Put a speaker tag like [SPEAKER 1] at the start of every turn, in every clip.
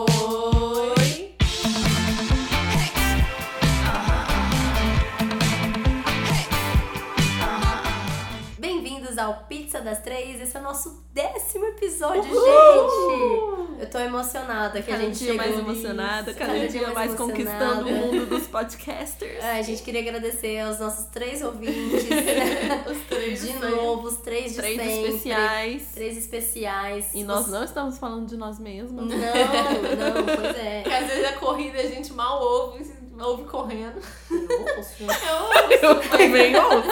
[SPEAKER 1] Oi.
[SPEAKER 2] Bem-vindos ao Pizza das Três. Esse é o nosso décimo episódio, gente. Eu tô emocionada É que
[SPEAKER 1] Cada
[SPEAKER 2] a gente
[SPEAKER 1] dia
[SPEAKER 2] chegou.
[SPEAKER 1] mais emocionada, cada,
[SPEAKER 2] Cada
[SPEAKER 1] dia,
[SPEAKER 2] dia
[SPEAKER 1] mais
[SPEAKER 2] mais
[SPEAKER 1] conquistando o
[SPEAKER 2] emocionada. É,
[SPEAKER 1] mundo dos podcasters.
[SPEAKER 2] Ai, gente, queria agradecer aos nossos três ouvintes. né?
[SPEAKER 1] Os três
[SPEAKER 2] de
[SPEAKER 1] de
[SPEAKER 2] novo, os três de
[SPEAKER 1] Três
[SPEAKER 2] sempre.
[SPEAKER 1] especiais.
[SPEAKER 2] Três especiais.
[SPEAKER 1] E nós
[SPEAKER 2] Os-
[SPEAKER 1] não estamos falando de nós mesmos.
[SPEAKER 2] Não, não, pois é.
[SPEAKER 3] Porque às vezes a corrida a gente mal ouve, assim, ouve correndo.
[SPEAKER 1] Eu também ouço.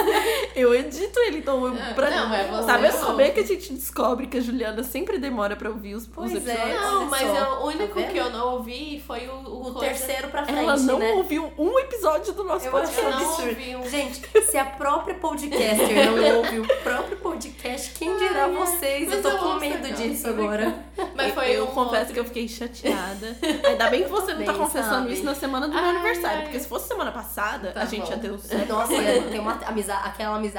[SPEAKER 1] Eu edito ele, então eu, pra
[SPEAKER 3] Não, é você
[SPEAKER 1] Sabe
[SPEAKER 3] que
[SPEAKER 1] como é que a gente descobre que a Juliana sempre demora pra ouvir os, os
[SPEAKER 2] Pois é.
[SPEAKER 1] episódios?
[SPEAKER 3] Não,
[SPEAKER 2] olha
[SPEAKER 3] mas
[SPEAKER 2] só,
[SPEAKER 3] eu- o único
[SPEAKER 2] vendo?
[SPEAKER 3] que eu não ouvi foi o, o,
[SPEAKER 2] O
[SPEAKER 3] coisa-
[SPEAKER 2] terceiro pra frente,
[SPEAKER 1] Ela não
[SPEAKER 2] né?
[SPEAKER 1] ouviu um episódio do nosso
[SPEAKER 2] Eu acho é um
[SPEAKER 1] podcast.
[SPEAKER 3] Eu não
[SPEAKER 2] absurdo.
[SPEAKER 3] ouvi o
[SPEAKER 2] Gente, se a própria podcaster não ouve o próprio podcast, quem dirá
[SPEAKER 3] Ai, ai.
[SPEAKER 2] vocês? Eu
[SPEAKER 3] Mas
[SPEAKER 2] tô
[SPEAKER 3] eu
[SPEAKER 2] com
[SPEAKER 3] ouço
[SPEAKER 2] medo
[SPEAKER 3] agora,
[SPEAKER 2] disso
[SPEAKER 3] tô brincando.
[SPEAKER 2] agora.
[SPEAKER 3] Mas foi
[SPEAKER 1] eu
[SPEAKER 3] um
[SPEAKER 1] confesso
[SPEAKER 3] outro.
[SPEAKER 1] que eu fiquei chateada. Ainda bem que você não tá
[SPEAKER 2] Bem,
[SPEAKER 1] confessando
[SPEAKER 2] sabe.
[SPEAKER 1] isso na semana do meu
[SPEAKER 3] Ai,
[SPEAKER 1] aniversário.
[SPEAKER 3] ai.
[SPEAKER 1] Porque se fosse semana passada,
[SPEAKER 3] Tá
[SPEAKER 1] a gente
[SPEAKER 3] bom.
[SPEAKER 1] já deu certo.
[SPEAKER 2] Nossa, eu tenho uma amizade, aquela amizade.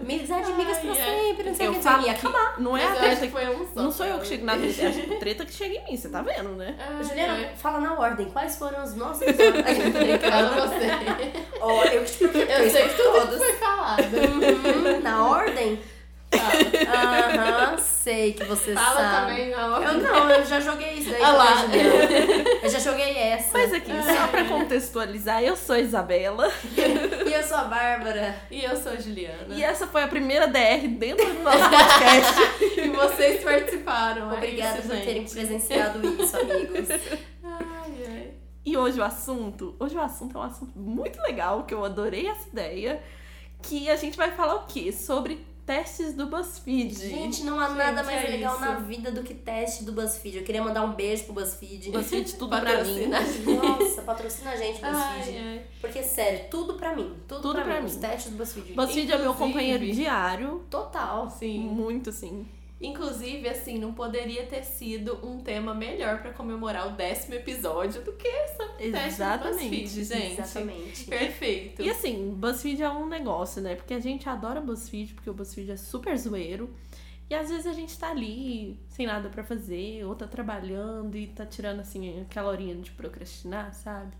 [SPEAKER 2] Amizade amigas pra
[SPEAKER 3] Ai, ai.
[SPEAKER 2] sempre, não sei o
[SPEAKER 1] Eu
[SPEAKER 2] que.
[SPEAKER 1] falo
[SPEAKER 2] E acabar.
[SPEAKER 1] Não é a
[SPEAKER 3] Mas eu acho
[SPEAKER 1] treta
[SPEAKER 3] que
[SPEAKER 1] que.
[SPEAKER 3] foi um só. É,
[SPEAKER 1] Não sou eu que chego na treta, é a treta que chega em mim, você tá vendo, né?
[SPEAKER 3] Ai,
[SPEAKER 2] Juliana,
[SPEAKER 3] ai.
[SPEAKER 2] fala na ordem. Quais foram os nossos episódios? Ai, gente, tô brincando.
[SPEAKER 3] Fala você.
[SPEAKER 2] Ó, eu que expliquei
[SPEAKER 3] Eu sei que tudo
[SPEAKER 2] todos.
[SPEAKER 3] foi falado.
[SPEAKER 2] Uhum, na ordem?
[SPEAKER 3] Fala,
[SPEAKER 2] Aham, sei que você
[SPEAKER 3] Fala
[SPEAKER 2] sabe.
[SPEAKER 3] também na hora.
[SPEAKER 2] Eu não, eu já joguei isso daí.
[SPEAKER 3] Ah lá.
[SPEAKER 2] também, Juliana. Eu já joguei essa.
[SPEAKER 1] Mas aqui,
[SPEAKER 3] É.
[SPEAKER 1] só pra contextualizar, eu sou a Isabela.
[SPEAKER 2] E eu sou a Bárbara.
[SPEAKER 3] E eu sou a Juliana.
[SPEAKER 1] E essa foi a primeira DR dentro do nosso podcast.
[SPEAKER 3] E vocês participaram. é
[SPEAKER 2] Obrigada
[SPEAKER 3] isso,
[SPEAKER 2] por terem
[SPEAKER 3] gente.
[SPEAKER 2] presenciado isso, amigos.
[SPEAKER 3] Ai, ai.
[SPEAKER 1] E hoje o assunto, hoje o assunto é um assunto muito legal, que eu adorei essa ideia, que a gente vai falar o quê? Sobre testes do BuzzFeed.
[SPEAKER 2] Gente, não há
[SPEAKER 3] Gente,
[SPEAKER 2] nada mais
[SPEAKER 3] é
[SPEAKER 2] legal
[SPEAKER 3] isso.
[SPEAKER 2] na vida do que teste do BuzzFeed. Eu queria mandar um beijo pro BuzzFeed.
[SPEAKER 1] BuzzFeed tudo pra mim. né?
[SPEAKER 3] Patrocina.
[SPEAKER 2] Nossa, patrocina a gente,
[SPEAKER 3] Ai,
[SPEAKER 2] BuzzFeed.
[SPEAKER 3] ai.
[SPEAKER 2] Porque, sério, tudo pra mim. Tudo,
[SPEAKER 1] Tudo
[SPEAKER 2] pra,
[SPEAKER 1] pra
[SPEAKER 2] mim.
[SPEAKER 1] mim.
[SPEAKER 2] Os testes do BuzzFeed.
[SPEAKER 1] BuzzFeed é meu
[SPEAKER 3] Inclusive-
[SPEAKER 1] companheiro diário.
[SPEAKER 2] Total.
[SPEAKER 3] Sim.
[SPEAKER 1] Muito sim.
[SPEAKER 3] Inclusive, assim, não poderia ter sido um tema melhor pra comemorar o décimo episódio do que essa teste do
[SPEAKER 1] Exatamente.
[SPEAKER 3] BuzzFeed, gente.
[SPEAKER 2] Exatamente.
[SPEAKER 3] Perfeito.
[SPEAKER 1] E assim, BuzzFeed é um negócio, né? Porque a gente adora BuzzFeed, porque o BuzzFeed é super zoeiro. E às vezes a gente tá ali sem nada pra fazer, ou tá trabalhando e tá tirando assim aquela horinha de procrastinar, sabe?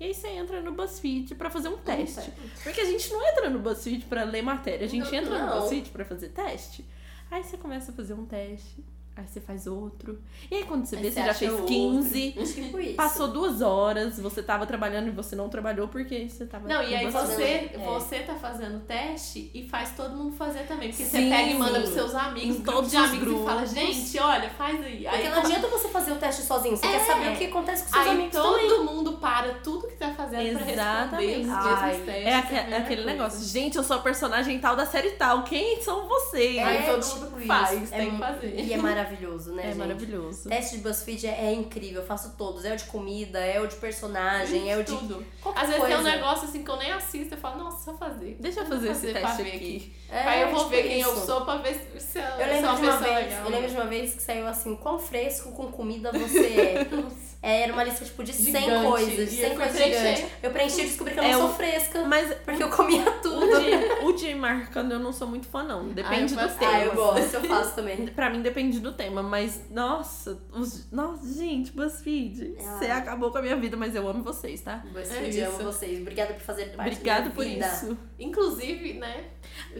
[SPEAKER 1] E aí você entra no BuzzFeed pra fazer um teste. Porque a gente não entra no BuzzFeed pra ler matéria, a gente
[SPEAKER 2] Não,
[SPEAKER 1] entra no
[SPEAKER 2] não.
[SPEAKER 1] BuzzFeed pra fazer teste. Aí você começa a fazer um teste, aí você faz outro. E aí quando você
[SPEAKER 2] Aí
[SPEAKER 1] vê,
[SPEAKER 2] você
[SPEAKER 1] você já
[SPEAKER 2] acha
[SPEAKER 1] fez
[SPEAKER 2] outro.
[SPEAKER 1] 15.
[SPEAKER 2] Tipo isso.
[SPEAKER 1] Passou duas horas, você tava trabalhando e você não trabalhou porque você tava.
[SPEAKER 3] Não, e aí
[SPEAKER 1] com
[SPEAKER 3] você,
[SPEAKER 2] É.
[SPEAKER 3] você tá fazendo teste e faz todo mundo fazer também. Porque você
[SPEAKER 1] Sim,
[SPEAKER 3] pega e manda
[SPEAKER 2] sim.
[SPEAKER 3] pros seus amigos,
[SPEAKER 1] Em
[SPEAKER 3] grupo
[SPEAKER 1] todos
[SPEAKER 3] de
[SPEAKER 1] os
[SPEAKER 3] amigos e fala,
[SPEAKER 1] grupos.
[SPEAKER 3] gente, olha, faz aí.
[SPEAKER 2] Porque
[SPEAKER 3] Aí,
[SPEAKER 2] não adianta você fazer o teste sozinho. Você quer saber o que acontece com seus
[SPEAKER 3] É. aí então
[SPEAKER 2] amigos
[SPEAKER 3] todo
[SPEAKER 2] também.
[SPEAKER 3] mundo para tudo que tá fazendo pra responder
[SPEAKER 1] Exatamente.
[SPEAKER 3] os
[SPEAKER 2] Ai.
[SPEAKER 3] mesmos testes.
[SPEAKER 1] É, aque- é
[SPEAKER 3] primeira
[SPEAKER 1] aquele
[SPEAKER 3] coisa.
[SPEAKER 1] negócio. Gente, eu sou a personagem tal da série tal. Quem são vocês?
[SPEAKER 2] É,
[SPEAKER 3] Aí todo
[SPEAKER 2] tipo
[SPEAKER 3] mundo
[SPEAKER 2] isso.
[SPEAKER 3] faz,
[SPEAKER 2] É
[SPEAKER 3] tem que
[SPEAKER 2] mu-
[SPEAKER 3] fazer.
[SPEAKER 2] E é maravilhoso, né,
[SPEAKER 1] É
[SPEAKER 2] gente?
[SPEAKER 1] maravilhoso.
[SPEAKER 2] Teste de BuzzFeed é, é incrível, eu faço todos. É o de comida, é o de personagem, é o de.
[SPEAKER 3] tudo.
[SPEAKER 2] qualquer
[SPEAKER 3] Às vezes tem um
[SPEAKER 2] coisa.
[SPEAKER 3] negócio assim que eu nem assisto, eu falo, nossa, só fazer.
[SPEAKER 1] Deixa eu
[SPEAKER 3] vou
[SPEAKER 1] fazer esse
[SPEAKER 3] pra
[SPEAKER 1] teste
[SPEAKER 3] ver
[SPEAKER 1] aqui.
[SPEAKER 2] É,
[SPEAKER 3] Aí eu vou
[SPEAKER 2] tipo
[SPEAKER 3] ver quem eu
[SPEAKER 2] isso.
[SPEAKER 3] sou pra ver se, se eu,
[SPEAKER 2] Eu
[SPEAKER 3] sou
[SPEAKER 2] lembro,
[SPEAKER 3] uma
[SPEAKER 2] de uma
[SPEAKER 3] pessoa
[SPEAKER 2] vez,
[SPEAKER 3] legal.
[SPEAKER 2] eu lembro de uma vez que saiu assim, quão fresco com comida você é. é. Era uma lista tipo de 100
[SPEAKER 3] Gigante.
[SPEAKER 2] coisas,
[SPEAKER 3] E
[SPEAKER 2] 100
[SPEAKER 3] eu
[SPEAKER 2] coisas
[SPEAKER 3] preenchi.
[SPEAKER 2] gigantes. Eu preenchi e descobri que eu não
[SPEAKER 1] É
[SPEAKER 2] sou
[SPEAKER 1] o-
[SPEAKER 2] fresca,
[SPEAKER 1] Mas
[SPEAKER 2] porque eu comia tudo.
[SPEAKER 1] o de, o de marcando eu não sou muito fã, não. Depende
[SPEAKER 3] Ah, eu
[SPEAKER 1] do
[SPEAKER 3] faço-
[SPEAKER 1] tema.
[SPEAKER 3] ah, eu
[SPEAKER 2] gosto, eu faço também.
[SPEAKER 1] Pra mim depende do tema, mas nossa, os... nossa gente, BuzzFeed,
[SPEAKER 2] Ah.
[SPEAKER 1] você acabou com a minha vida, mas eu amo vocês, tá?
[SPEAKER 2] Vocês,
[SPEAKER 3] É
[SPEAKER 2] eu amo
[SPEAKER 3] isso.
[SPEAKER 2] vocês. Obrigada por fazer parte
[SPEAKER 1] Obrigada
[SPEAKER 2] da minha
[SPEAKER 1] por
[SPEAKER 2] vida.
[SPEAKER 1] isso.
[SPEAKER 3] Inclusive, né?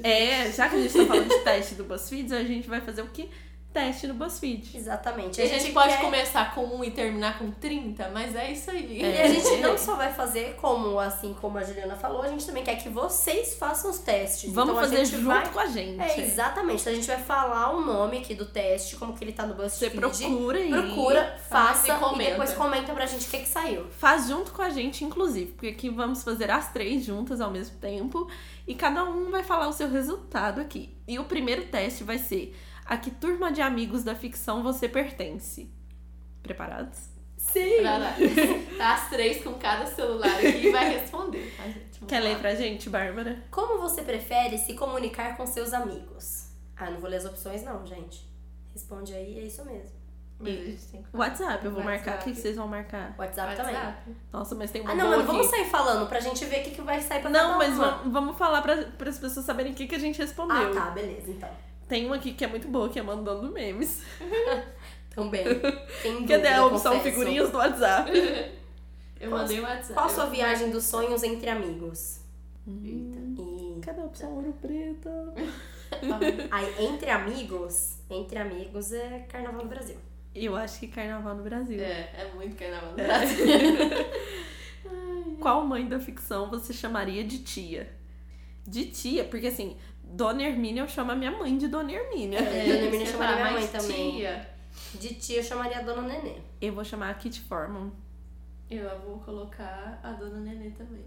[SPEAKER 1] É, já que a gente tá falando de teste do BuzzFeed, a gente vai fazer o quê? Teste no BuzzFeed.
[SPEAKER 2] Exatamente.
[SPEAKER 3] A gente, pode
[SPEAKER 2] quer-
[SPEAKER 3] começar com um e terminar com 30, mas é isso aí.
[SPEAKER 2] E a gente não só vai fazer como, assim como a Juliana falou, a gente também quer que vocês façam os testes.
[SPEAKER 1] Vamos
[SPEAKER 2] então, a
[SPEAKER 1] fazer
[SPEAKER 2] gente
[SPEAKER 1] junto
[SPEAKER 2] vai...
[SPEAKER 1] com a gente.
[SPEAKER 2] É, exatamente. Então, a gente vai falar o nome aqui do teste, como que ele tá no
[SPEAKER 1] Você
[SPEAKER 2] BuzzFeed.
[SPEAKER 1] procura aí.
[SPEAKER 2] Procura,
[SPEAKER 3] faz e
[SPEAKER 2] faça e,
[SPEAKER 3] comenta.
[SPEAKER 2] depois comenta pra gente o que que saiu.
[SPEAKER 1] Faz junto com a gente, inclusive, porque aqui vamos fazer as três juntas ao mesmo tempo e cada um vai falar o seu resultado aqui. E o primeiro teste vai ser: a que turma de amigos da ficção você pertence? Preparados?
[SPEAKER 2] Sim!
[SPEAKER 3] Pra lá. Tá as três com cada celular aqui e vai responder. tá, gente? Vamos
[SPEAKER 1] Quer
[SPEAKER 3] lá.
[SPEAKER 1] ler pra gente, Bárbara?
[SPEAKER 2] Como você prefere se comunicar com seus amigos? Ah, não vou ler as opções não, gente. Responde aí, é isso mesmo.
[SPEAKER 3] Mas a gente tem que falar.
[SPEAKER 1] WhatsApp, eu vou marcar. O que
[SPEAKER 3] WhatsApp.
[SPEAKER 1] que vocês vão marcar?
[SPEAKER 2] WhatsApp, também.
[SPEAKER 3] WhatsApp.
[SPEAKER 1] Nossa, mas tem um
[SPEAKER 2] Ah, não,
[SPEAKER 1] bom
[SPEAKER 2] mas não
[SPEAKER 1] aqui.
[SPEAKER 2] vamos sair falando pra gente ver o que, que vai sair pra
[SPEAKER 1] Não,
[SPEAKER 2] cada
[SPEAKER 1] mas
[SPEAKER 2] uma.
[SPEAKER 1] vamos, vamos falar para as pessoas saberem o que, que a gente respondeu.
[SPEAKER 2] Ah, tá, beleza, então.
[SPEAKER 1] Tem um aqui que é muito boa, que é mandando memes.
[SPEAKER 2] Também. Então, Quem
[SPEAKER 1] Cadê
[SPEAKER 2] dúvida,
[SPEAKER 1] a é opção
[SPEAKER 2] confesso.
[SPEAKER 1] figurinhas do WhatsApp?
[SPEAKER 3] Eu
[SPEAKER 2] Posso-
[SPEAKER 3] mandei o WhatsApp.
[SPEAKER 2] Qual sua viagem dos sonhos entre amigos?
[SPEAKER 3] Eita.
[SPEAKER 2] E
[SPEAKER 1] Cadê a opção ouro preta?
[SPEAKER 2] aí, entre amigos, entre amigos é Carnaval do Brasil.
[SPEAKER 1] Eu acho que carnaval no Brasil.
[SPEAKER 3] É, é muito carnaval. do
[SPEAKER 1] É.
[SPEAKER 3] Brasil.
[SPEAKER 1] Qual mãe da ficção você chamaria de tia? De tia, porque assim, Dona Hermínia, eu chamo a minha mãe de Dona Hermínia.
[SPEAKER 2] É, Dona Hermínia
[SPEAKER 3] sei
[SPEAKER 2] chamaria
[SPEAKER 3] lá,
[SPEAKER 2] minha
[SPEAKER 3] mas
[SPEAKER 2] mãe também.
[SPEAKER 3] Tia,
[SPEAKER 2] De tia eu chamaria a Dona Nenê.
[SPEAKER 1] Eu vou chamar a Kit Forman.
[SPEAKER 3] eu vou colocar a dona Nenê também.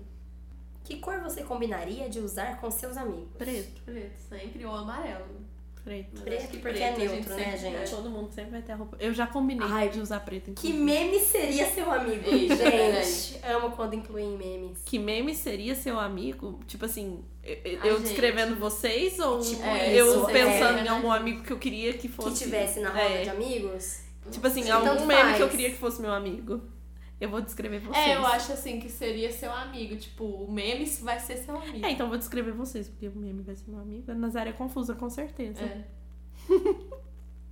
[SPEAKER 2] Que cor você combinaria de usar com seus amigos?
[SPEAKER 1] Preto,
[SPEAKER 3] Preto, sempre ou amarelo.
[SPEAKER 1] preto.
[SPEAKER 3] Mas
[SPEAKER 2] Preto,
[SPEAKER 3] acho que
[SPEAKER 2] porque
[SPEAKER 3] preto
[SPEAKER 2] é
[SPEAKER 3] a
[SPEAKER 2] neutro, né,
[SPEAKER 3] sempre-
[SPEAKER 2] gente?
[SPEAKER 1] Todo mundo sempre vai ter a roupa. Eu já combinei
[SPEAKER 2] Ai,
[SPEAKER 1] de usar preto.
[SPEAKER 2] Que
[SPEAKER 1] inclusive.
[SPEAKER 2] meme seria seu amigo?
[SPEAKER 3] Ixi,
[SPEAKER 2] Gente, amo quando incluem memes.
[SPEAKER 1] Que meme seria seu amigo? Tipo assim, eu, eu
[SPEAKER 3] Ai, gente.
[SPEAKER 1] descrevendo vocês ou
[SPEAKER 2] Tipo
[SPEAKER 1] é, eu
[SPEAKER 2] isso,
[SPEAKER 1] pensando
[SPEAKER 3] é.
[SPEAKER 1] em algum amigo que eu queria que
[SPEAKER 2] Que
[SPEAKER 1] fosse.
[SPEAKER 2] tivesse na roda
[SPEAKER 1] É.
[SPEAKER 2] de amigos?
[SPEAKER 1] Tipo assim,
[SPEAKER 2] Então
[SPEAKER 1] algum meme
[SPEAKER 2] faz.
[SPEAKER 1] que eu queria que fosse meu amigo. Eu vou descrever vocês.
[SPEAKER 3] É, eu acho assim que seria seu amigo. Tipo, o meme vai ser seu amigo.
[SPEAKER 1] É, então eu vou descrever vocês, porque o meme vai ser meu amigo. A Nazaré é confusa, com certeza.
[SPEAKER 3] É.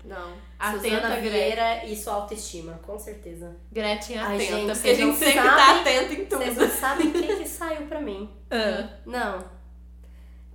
[SPEAKER 3] Não.
[SPEAKER 2] Suzana
[SPEAKER 3] Atenta, Gretchen.
[SPEAKER 2] Vieira e sua autoestima, com certeza.
[SPEAKER 3] Gretchen
[SPEAKER 2] Ai,
[SPEAKER 3] atenta.
[SPEAKER 2] gente,
[SPEAKER 3] porque a
[SPEAKER 2] vocês
[SPEAKER 3] gente
[SPEAKER 2] não
[SPEAKER 3] sempre tá
[SPEAKER 2] sabem-
[SPEAKER 3] atenta em tudo.
[SPEAKER 2] Vocês não sabem o que, que saiu pra mim.
[SPEAKER 1] Ah,
[SPEAKER 2] Não.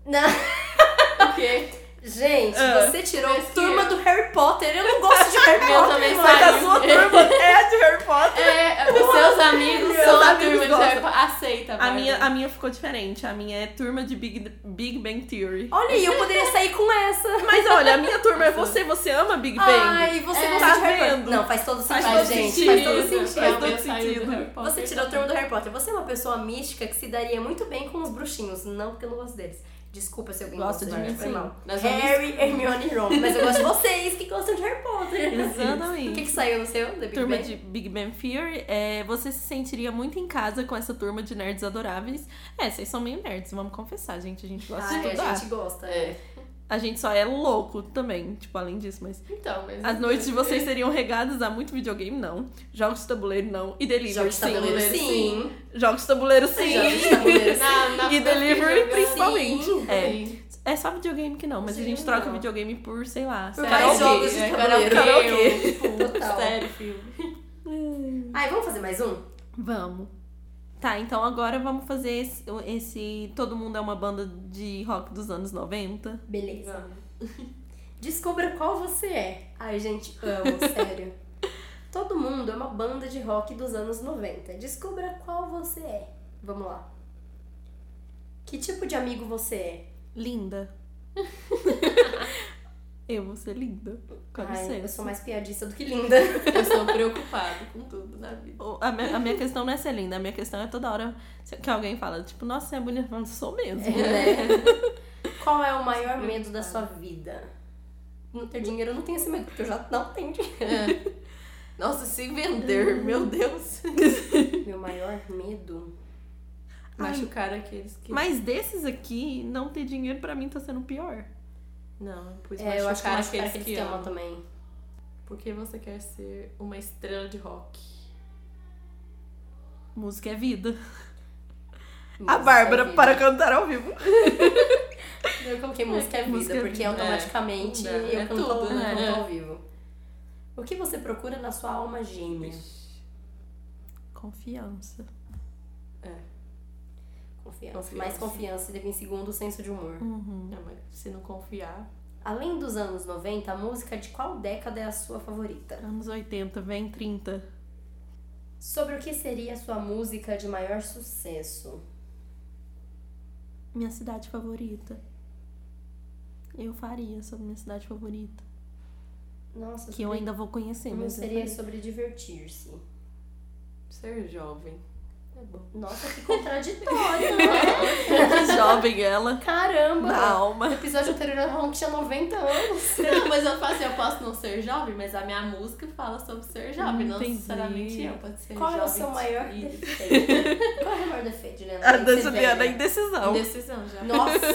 [SPEAKER 2] Não.
[SPEAKER 3] Porque
[SPEAKER 2] Gente,
[SPEAKER 1] Ah.
[SPEAKER 2] você tirou
[SPEAKER 3] Mas que-
[SPEAKER 2] turma do Harry Potter. Eu não gosto de Harry Potter.
[SPEAKER 3] eu
[SPEAKER 2] tá
[SPEAKER 3] também
[SPEAKER 2] mano.
[SPEAKER 1] Mas a
[SPEAKER 3] saiu.
[SPEAKER 1] sua turma é a de Harry Potter.
[SPEAKER 3] É, os seus amigos
[SPEAKER 1] Meus
[SPEAKER 3] são a
[SPEAKER 1] amigos
[SPEAKER 3] turma de
[SPEAKER 1] gostam.
[SPEAKER 3] Harry Potter. Aceita,
[SPEAKER 1] A
[SPEAKER 3] Bárbara.
[SPEAKER 1] minha, a minha ficou diferente. A minha é turma de Big, Big Bang Theory.
[SPEAKER 2] Olha aí, eu poderia sair com essa.
[SPEAKER 1] Mas olha, a minha turma é você. Você ama Big Bang?
[SPEAKER 2] Ai, você
[SPEAKER 3] É,
[SPEAKER 2] gosta
[SPEAKER 1] tá
[SPEAKER 2] de Harry Potter.
[SPEAKER 1] vendo?
[SPEAKER 2] Não, faz todo sentido,
[SPEAKER 1] Faz
[SPEAKER 3] Faz
[SPEAKER 1] todo
[SPEAKER 2] gente.
[SPEAKER 3] sentido.
[SPEAKER 2] Faz todo sentido.
[SPEAKER 1] faz
[SPEAKER 3] Eu
[SPEAKER 1] todo
[SPEAKER 3] tenho saído
[SPEAKER 1] sentido.
[SPEAKER 3] do Harry Potter
[SPEAKER 2] Você tirou o turma
[SPEAKER 3] também.
[SPEAKER 2] do Harry Potter. Você é uma pessoa mística que se daria muito bem com os bruxinhos. Não, porque eu não gosto deles. Desculpa se alguém
[SPEAKER 1] Gosto
[SPEAKER 2] gosta
[SPEAKER 1] de mim,
[SPEAKER 2] Harry, foi
[SPEAKER 1] sim.
[SPEAKER 2] mal.
[SPEAKER 3] Nós vamos-
[SPEAKER 2] Harry, Hermione e Ron. Mas eu gosto de vocês que gostam de Harry Potter.
[SPEAKER 1] Exatamente.
[SPEAKER 2] O que, que saiu no seu? The Big
[SPEAKER 1] Turma
[SPEAKER 2] Bang?
[SPEAKER 1] de Big Bang Theory, é, você se sentiria muito em casa com essa turma de nerds adoráveis. É, vocês são meio nerds, vamos confessar, gente. A gente gosta
[SPEAKER 2] Ai,
[SPEAKER 1] de
[SPEAKER 2] a
[SPEAKER 1] estudar.
[SPEAKER 2] gente gosta.
[SPEAKER 3] É.
[SPEAKER 1] A gente só é louco também, tipo, além disso, mas.
[SPEAKER 3] Então, mas...
[SPEAKER 1] As noites de vocês seriam regadas a muito videogame, não. Jogos de tabuleiro, não. E delivery,
[SPEAKER 2] Jogos de
[SPEAKER 1] sim.
[SPEAKER 2] tabuleiro,
[SPEAKER 3] Sim.
[SPEAKER 2] sim.
[SPEAKER 1] Jogos de tabuleiro, sim.
[SPEAKER 2] Jogos de tabuleiro, tá sim.
[SPEAKER 3] Na, na
[SPEAKER 1] E delivery, principalmente.
[SPEAKER 2] Sim.
[SPEAKER 1] É.
[SPEAKER 3] Sim.
[SPEAKER 1] é só videogame que não, mas a
[SPEAKER 3] Sim,
[SPEAKER 1] gente troca
[SPEAKER 3] não.
[SPEAKER 1] videogame por, sei lá.
[SPEAKER 2] Por
[SPEAKER 1] sei lá,
[SPEAKER 2] vários
[SPEAKER 1] alguém.
[SPEAKER 2] jogos de
[SPEAKER 3] é,
[SPEAKER 2] tabuleiro.
[SPEAKER 1] Karaokê.
[SPEAKER 3] Tipo,
[SPEAKER 2] Total.
[SPEAKER 3] Sério, filme.
[SPEAKER 2] Ai, vamos fazer mais um?
[SPEAKER 1] Vamos. Tá, então agora vamos fazer esse, esse Todo Mundo é uma banda de rock dos anos 90.
[SPEAKER 2] Beleza. Descubra qual você é. Ai, gente, amo, sério. Todo mundo é uma banda de rock dos anos 90. Descubra qual você é. Vamos lá. Que tipo de amigo você é?
[SPEAKER 1] Linda. eu vou ser linda. Com
[SPEAKER 2] Ai, eu
[SPEAKER 1] licença.
[SPEAKER 2] sou mais piadista do que linda.
[SPEAKER 3] Eu sou preocupado com tudo na vida.
[SPEAKER 1] O- A minha, a minha questão não é ser linda, a minha questão é toda hora que alguém fala, tipo, nossa, você é bonita, eu falo, sou mesmo.
[SPEAKER 2] né? Qual é o maior medo da sua vida? Não ter dinheiro, eu não tenho esse medo, porque eu já não tenho dinheiro.
[SPEAKER 3] Nossa, se vender, meu Deus.
[SPEAKER 2] Meu maior medo?
[SPEAKER 3] Machucar aqueles que...
[SPEAKER 1] Mas desses aqui, não ter dinheiro pra mim tá sendo pior.
[SPEAKER 3] Não, eu pus
[SPEAKER 2] É, eu acho que eu
[SPEAKER 3] machucar
[SPEAKER 2] acho que
[SPEAKER 3] aqueles que,
[SPEAKER 2] eles amam
[SPEAKER 3] amam.
[SPEAKER 2] também.
[SPEAKER 3] Por que você quer ser uma estrela de rock?
[SPEAKER 1] Música é vida.
[SPEAKER 2] Música
[SPEAKER 1] a Bárbara
[SPEAKER 2] é vida.
[SPEAKER 1] para cantar ao vivo.
[SPEAKER 2] Eu coloquei música é vida,
[SPEAKER 1] Música é
[SPEAKER 2] porque
[SPEAKER 1] vida.
[SPEAKER 2] automaticamente
[SPEAKER 3] É.
[SPEAKER 2] eu
[SPEAKER 3] É
[SPEAKER 2] canto,
[SPEAKER 3] tudo,
[SPEAKER 2] eu
[SPEAKER 3] né?
[SPEAKER 2] canto
[SPEAKER 3] É.
[SPEAKER 2] ao vivo. O que você procura na sua alma gêmea?
[SPEAKER 1] Confiança.
[SPEAKER 2] Confiança.
[SPEAKER 3] Confiança.
[SPEAKER 2] Mais confiança e em segundo o senso de humor.
[SPEAKER 1] Uhum.
[SPEAKER 3] Não, é, mas se não confiar...
[SPEAKER 2] Além dos anos 90, a música de qual década é a sua favorita?
[SPEAKER 1] Anos 80, vem 30.
[SPEAKER 2] Sobre o que seria a sua música de maior sucesso?
[SPEAKER 1] Minha cidade favorita. Eu faria sobre minha cidade favorita.
[SPEAKER 2] Nossa,
[SPEAKER 1] Que eu
[SPEAKER 2] sobre-
[SPEAKER 1] ainda vou conhecer,
[SPEAKER 2] Não
[SPEAKER 1] mas. eu
[SPEAKER 2] seria
[SPEAKER 1] faria.
[SPEAKER 2] sobre divertir-se.
[SPEAKER 3] Ser jovem. É bom.
[SPEAKER 2] Nossa, que contraditório, né?
[SPEAKER 1] Que jovem ela.
[SPEAKER 2] Caramba!
[SPEAKER 1] Na alma.
[SPEAKER 2] No episódio anterior, a Ronk tinha 90 anos.
[SPEAKER 3] Não, mas eu falo assim, eu posso não ser jovem, mas a minha música fala sobre ser jovem, não
[SPEAKER 1] Entendi.
[SPEAKER 3] necessariamente eu. Pode ser
[SPEAKER 2] Qual é o
[SPEAKER 3] jovem
[SPEAKER 2] seu maior
[SPEAKER 3] e-
[SPEAKER 2] defeito? Qual é o maior defeito, Juliana?
[SPEAKER 1] A
[SPEAKER 2] Tem que
[SPEAKER 1] da
[SPEAKER 2] ser
[SPEAKER 1] Juliana, a
[SPEAKER 2] velha.
[SPEAKER 1] é indecisão.
[SPEAKER 3] Indecisão já.
[SPEAKER 2] Nossa!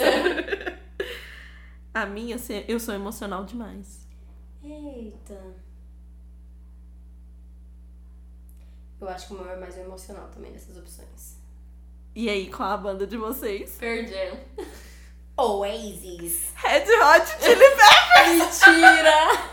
[SPEAKER 1] A minha, se- eu sou emocional demais.
[SPEAKER 2] Eita. Eu acho que o meu é mais emocional também dessas opções.
[SPEAKER 1] E aí, qual a banda de vocês?
[SPEAKER 3] Perdendo.
[SPEAKER 2] Oasis.
[SPEAKER 1] Red Hot Chili
[SPEAKER 2] Mentira!